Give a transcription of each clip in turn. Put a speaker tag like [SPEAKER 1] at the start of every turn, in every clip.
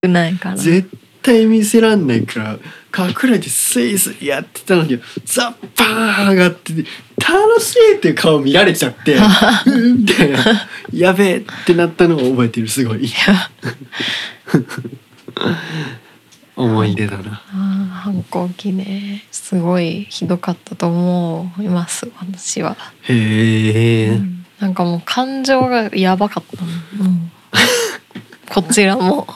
[SPEAKER 1] くないから
[SPEAKER 2] 絶対見せらんないから隠れてスイスイやってたのにザッパーン上がってて楽しいっていう顔見られちゃってうーんみたいなやべえってなったのを覚えてるすごい思い出だな
[SPEAKER 1] ああ反抗期ねすごいひどかったと思います私は、
[SPEAKER 2] へえ、
[SPEAKER 1] うんなんかもう感情がやばかったもんもうこちら も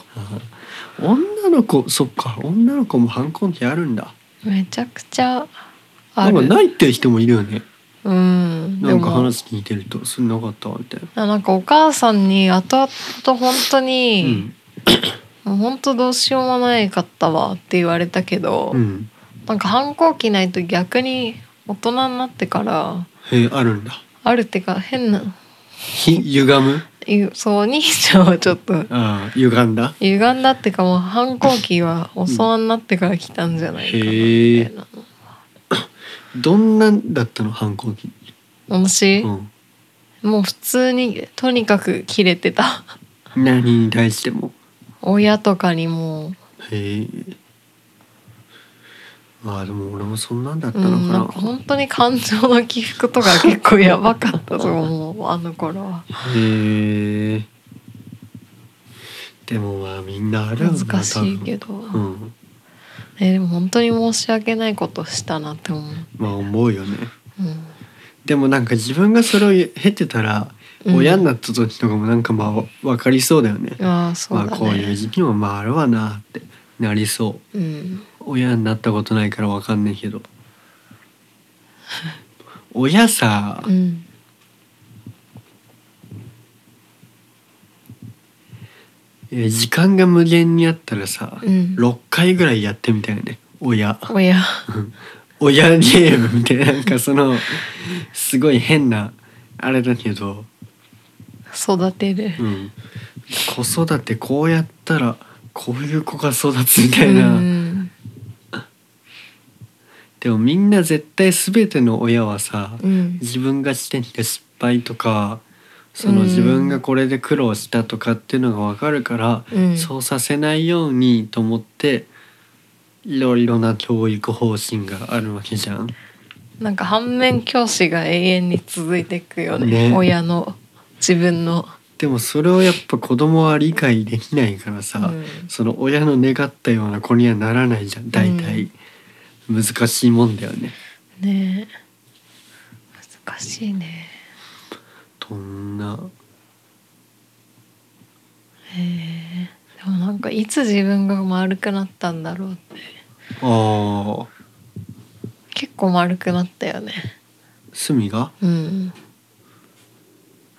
[SPEAKER 2] 女の子そっか女の子も反抗期あるんだ
[SPEAKER 1] めちゃくちゃ
[SPEAKER 2] な
[SPEAKER 1] あ
[SPEAKER 2] んか
[SPEAKER 1] る
[SPEAKER 2] ないって人もいるよね
[SPEAKER 1] うん
[SPEAKER 2] なんか
[SPEAKER 1] でも
[SPEAKER 2] 話聞いてるとそんなかったわみたいな
[SPEAKER 1] あなんかお母さんに後々本当
[SPEAKER 2] う
[SPEAKER 1] に
[SPEAKER 2] ん、
[SPEAKER 1] 「もう本当どうしようもないかったわ」って言われたけど、
[SPEAKER 2] うん、
[SPEAKER 1] なんか反抗期ないと逆に大人になってから
[SPEAKER 2] へえあるんだ
[SPEAKER 1] あるってか変な
[SPEAKER 2] ひ歪む
[SPEAKER 1] いうそう兄ちゃんはちょっと
[SPEAKER 2] ああ歪んだ
[SPEAKER 1] 歪んだってかもう反抗期はお世話になってから来たんじゃないかな
[SPEAKER 2] へ
[SPEAKER 1] み
[SPEAKER 2] ー
[SPEAKER 1] たいな。
[SPEAKER 2] どんなんだったの反抗期
[SPEAKER 1] 私、
[SPEAKER 2] うん
[SPEAKER 1] もう普通にとにかくキレてた
[SPEAKER 2] 何に対しても
[SPEAKER 1] 親とかにも
[SPEAKER 2] へえまあでも俺もそんなんだった
[SPEAKER 1] う
[SPEAKER 2] のか
[SPEAKER 1] ん、
[SPEAKER 2] な
[SPEAKER 1] なんか本当に感情の起伏とか結構やばかったと思うあの頃は
[SPEAKER 2] へえでもまあみんなあるよな
[SPEAKER 1] 難しいけど、
[SPEAKER 2] 多分うん
[SPEAKER 1] えでも本当に申し訳ないことしたなって思う、
[SPEAKER 2] まあ思うよね
[SPEAKER 1] うん、
[SPEAKER 2] でもなんか自分がそれを経てたら
[SPEAKER 1] うん
[SPEAKER 2] 親になった時とかもなんかまあ分かりそうだよね、
[SPEAKER 1] ああそう
[SPEAKER 2] ま
[SPEAKER 1] だ
[SPEAKER 2] あ
[SPEAKER 1] ね、
[SPEAKER 2] こういう時期もまああるわなってなりそう
[SPEAKER 1] うん、
[SPEAKER 2] 親になったことないから分かんないけど親さ
[SPEAKER 1] うん、
[SPEAKER 2] え時間が無限にあったらさ、
[SPEAKER 1] うん
[SPEAKER 2] 6回ぐらいやってみたいよね親
[SPEAKER 1] 親
[SPEAKER 2] 親ゲームみたいななんかそのすごい変なあれだけど、
[SPEAKER 1] 育てる
[SPEAKER 2] うん、子育てこうやったらこういう子が育つみたいな、
[SPEAKER 1] うん
[SPEAKER 2] でもみんな絶対全ての親はさ、
[SPEAKER 1] うん
[SPEAKER 2] 自分がしてきた失敗とかその自分がこれで苦労したとかっていうのが分かるから、
[SPEAKER 1] うん
[SPEAKER 2] そうさせないようにと思っていろいろな教育方針があるわけじゃん。
[SPEAKER 1] なんか反面教師が永遠に続いていくよね
[SPEAKER 2] ね
[SPEAKER 1] 親の自分の
[SPEAKER 2] でもそれをやっぱ子供は理解できないからさ、
[SPEAKER 1] うん
[SPEAKER 2] その親の願ったような子にはならないじゃん大体、難しいもんだよね。
[SPEAKER 1] ねえ難しいね
[SPEAKER 2] どんな
[SPEAKER 1] でもなんかいつ自分が丸くなったんだろうって
[SPEAKER 2] あー
[SPEAKER 1] 結構丸くなったよね
[SPEAKER 2] 隅が
[SPEAKER 1] うん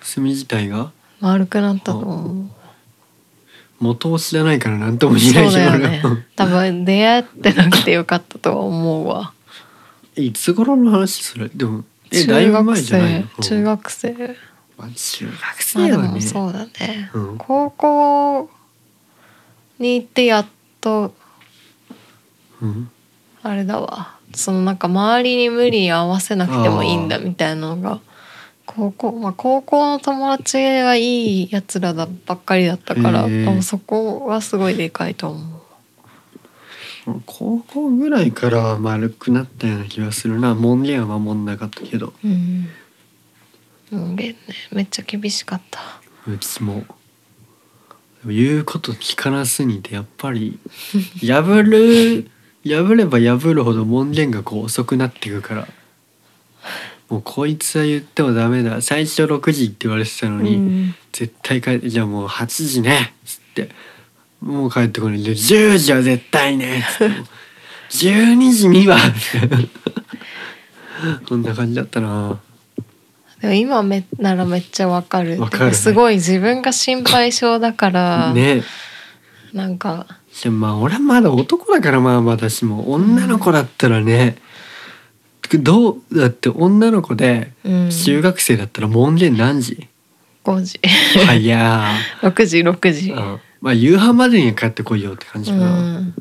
[SPEAKER 2] 隅自体が
[SPEAKER 1] 丸くなったと思う
[SPEAKER 2] 元を知らないから何とも言えな
[SPEAKER 1] そ
[SPEAKER 2] いうけど
[SPEAKER 1] だよね多分出会ってなくてよかったとは思うわ
[SPEAKER 2] えいつ頃の話それでもえだい
[SPEAKER 1] 中学
[SPEAKER 2] ぶ前じゃない
[SPEAKER 1] 生
[SPEAKER 2] の
[SPEAKER 1] 中学生
[SPEAKER 2] まあ中学
[SPEAKER 1] ま
[SPEAKER 2] 生
[SPEAKER 1] あで
[SPEAKER 2] だよ
[SPEAKER 1] も
[SPEAKER 2] ね
[SPEAKER 1] そうだね、
[SPEAKER 2] うん
[SPEAKER 1] 高校に行ってやっと
[SPEAKER 2] うん
[SPEAKER 1] あれだわそのなんか周りに無理に合わせなくてもいいんだ
[SPEAKER 2] あー
[SPEAKER 1] みたいなのが高校まあ高校の友達がいいやつらだばっかりだったから
[SPEAKER 2] へー
[SPEAKER 1] 多分そこはすごいでかいと思う。
[SPEAKER 2] 高校ぐらいからは丸くなったような気がするな門限は守んなかったけど
[SPEAKER 1] うんうんねめっちゃ厳しかった
[SPEAKER 2] うちもでも言うこと聞かなすぎてやっぱり 破る破れば破るほど門限がこう遅くなっていくからもうこいつは言ってもダメだ最初6時って言われてたのに、
[SPEAKER 1] うん
[SPEAKER 2] 絶対帰ってじゃあもう8時ねっつってもう帰ってこないで10時は絶対ねっつって12時には こんな感じだったな
[SPEAKER 1] でも今めならめっちゃわかる
[SPEAKER 2] わかるね
[SPEAKER 1] すごい自分が心配性だから、
[SPEAKER 2] ね
[SPEAKER 1] なんか
[SPEAKER 2] じゃあまあ俺はまだ男だからまあ私も女の子だったらね、どうだって女の子で
[SPEAKER 1] うん
[SPEAKER 2] 中学生だったら門限何時、
[SPEAKER 1] 5時
[SPEAKER 2] 早い、
[SPEAKER 1] 6時6時、
[SPEAKER 2] うんまあ夕飯までには帰ってこいよって感じかな、
[SPEAKER 1] うん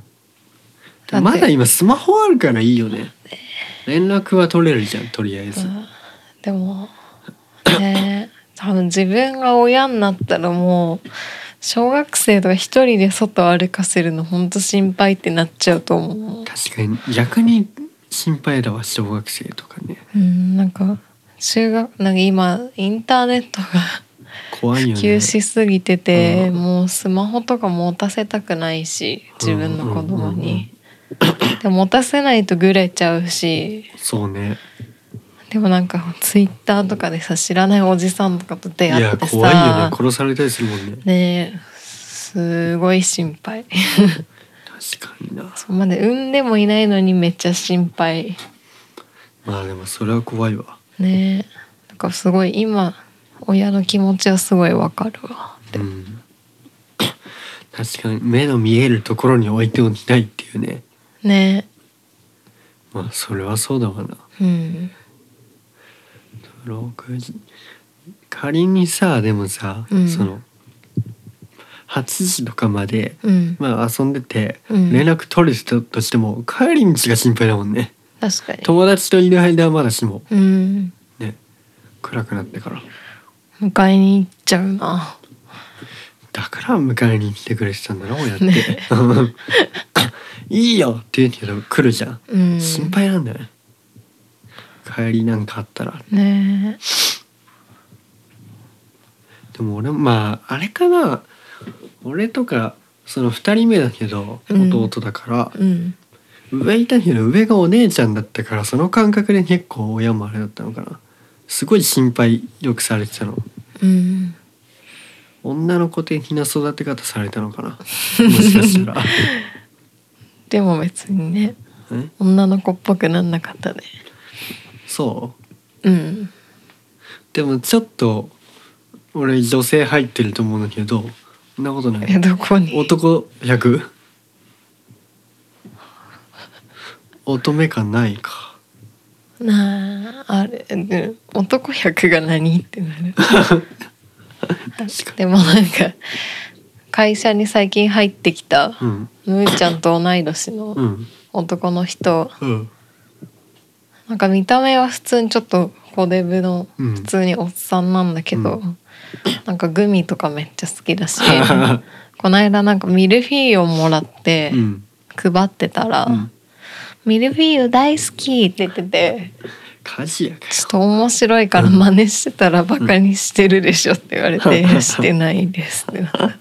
[SPEAKER 2] でもまだ今スマホあるからいいよね連絡は取れるじゃんとりあえず、
[SPEAKER 1] うん でもね多分自分が親になったらもう小学生とか一人で外歩かせるの本当心配ってなっちゃうと思う
[SPEAKER 2] 確かに逆に心配だわ小学生とかね
[SPEAKER 1] うんなんか中学なんか今インターネットが
[SPEAKER 2] 怖いよね
[SPEAKER 1] 普及しすぎてて、
[SPEAKER 2] うん
[SPEAKER 1] もうスマホとか持たせたくないし自分の子供に、でも持たせないとグレちゃうし
[SPEAKER 2] そうね
[SPEAKER 1] でもなんかツイッターとかでさ知らないおじさんとかと
[SPEAKER 2] い
[SPEAKER 1] 出会っ
[SPEAKER 2] や
[SPEAKER 1] てさ
[SPEAKER 2] 怖いよね殺されたりするもんね
[SPEAKER 1] ねえすごい心配
[SPEAKER 2] 確かにな
[SPEAKER 1] そこまで産んでもいないのにめっちゃ心配
[SPEAKER 2] まあでもそれは怖いわ
[SPEAKER 1] ねえなんかすごい今親の気持ちはすごいわかるわ
[SPEAKER 2] うん確かに目の見えるところに置いておきたいっていうね
[SPEAKER 1] ね
[SPEAKER 2] まあそれはそうだわな
[SPEAKER 1] えうん
[SPEAKER 2] 6時仮にさでもさ、
[SPEAKER 1] うん
[SPEAKER 2] その8時とかまで、
[SPEAKER 1] うん
[SPEAKER 2] まあ、遊んでて
[SPEAKER 1] うん
[SPEAKER 2] 連絡取れてたとしても帰り道が心配だもんね
[SPEAKER 1] 確かに
[SPEAKER 2] 友達といる間はまだしも
[SPEAKER 1] うん
[SPEAKER 2] ね暗くなってから
[SPEAKER 1] 迎えに行っちゃうな
[SPEAKER 2] だから迎えに来てくれてたんだろうやって、
[SPEAKER 1] ね
[SPEAKER 2] いいよって言うけど来るじゃん、
[SPEAKER 1] うん
[SPEAKER 2] 心配なんだよね帰りなんかあったら
[SPEAKER 1] ね
[SPEAKER 2] でも俺もまああれかな俺とかその2人目だけど
[SPEAKER 1] うん
[SPEAKER 2] 弟だから
[SPEAKER 1] え、うん
[SPEAKER 2] 上いたけど上がお姉ちゃんだったからその感覚で結構親もあれだったのかなすごい心配よくされてたの
[SPEAKER 1] うん
[SPEAKER 2] 女の子的な育て方されたのかなもしかしたら
[SPEAKER 1] でも別にね
[SPEAKER 2] え
[SPEAKER 1] 女の子っぽくなんなかったね
[SPEAKER 2] そう
[SPEAKER 1] うん
[SPEAKER 2] でもちょっと俺女性入ってると思うんだけどそんなことな
[SPEAKER 1] え
[SPEAKER 2] い
[SPEAKER 1] どこに
[SPEAKER 2] 男 100? 乙女感ないか
[SPEAKER 1] なああれ、うん、男百が何ってなるでもなんか会社に最近入ってきた
[SPEAKER 2] うん
[SPEAKER 1] むーちゃんと同い年
[SPEAKER 2] う
[SPEAKER 1] の
[SPEAKER 2] ん
[SPEAKER 1] 男の人、
[SPEAKER 2] うん
[SPEAKER 1] なんか見た目は普通にちょっと小デブの
[SPEAKER 2] うん
[SPEAKER 1] 普通におっさんなんだけど、
[SPEAKER 2] う
[SPEAKER 1] なんかグミとかめっちゃ好きだ しこの間なんかミルフィーユをもらって
[SPEAKER 2] うん
[SPEAKER 1] 配ってたら「
[SPEAKER 2] うん
[SPEAKER 1] ミルフィーユ大好き!」って言ってて。
[SPEAKER 2] 家事やか
[SPEAKER 1] ちょっと面白いから真似してたらバカにしてるでしょって言われて、
[SPEAKER 2] うん
[SPEAKER 1] してないですってなった、
[SPEAKER 2] ら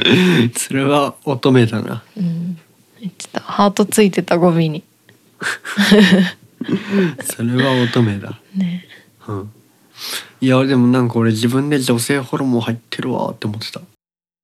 [SPEAKER 2] それは乙女だな
[SPEAKER 1] うん、言ってたハートついてたゴミに
[SPEAKER 2] それは乙女だ
[SPEAKER 1] ね
[SPEAKER 2] うんいやでもなんか俺自分で女性ホルモン入ってるわって思ってた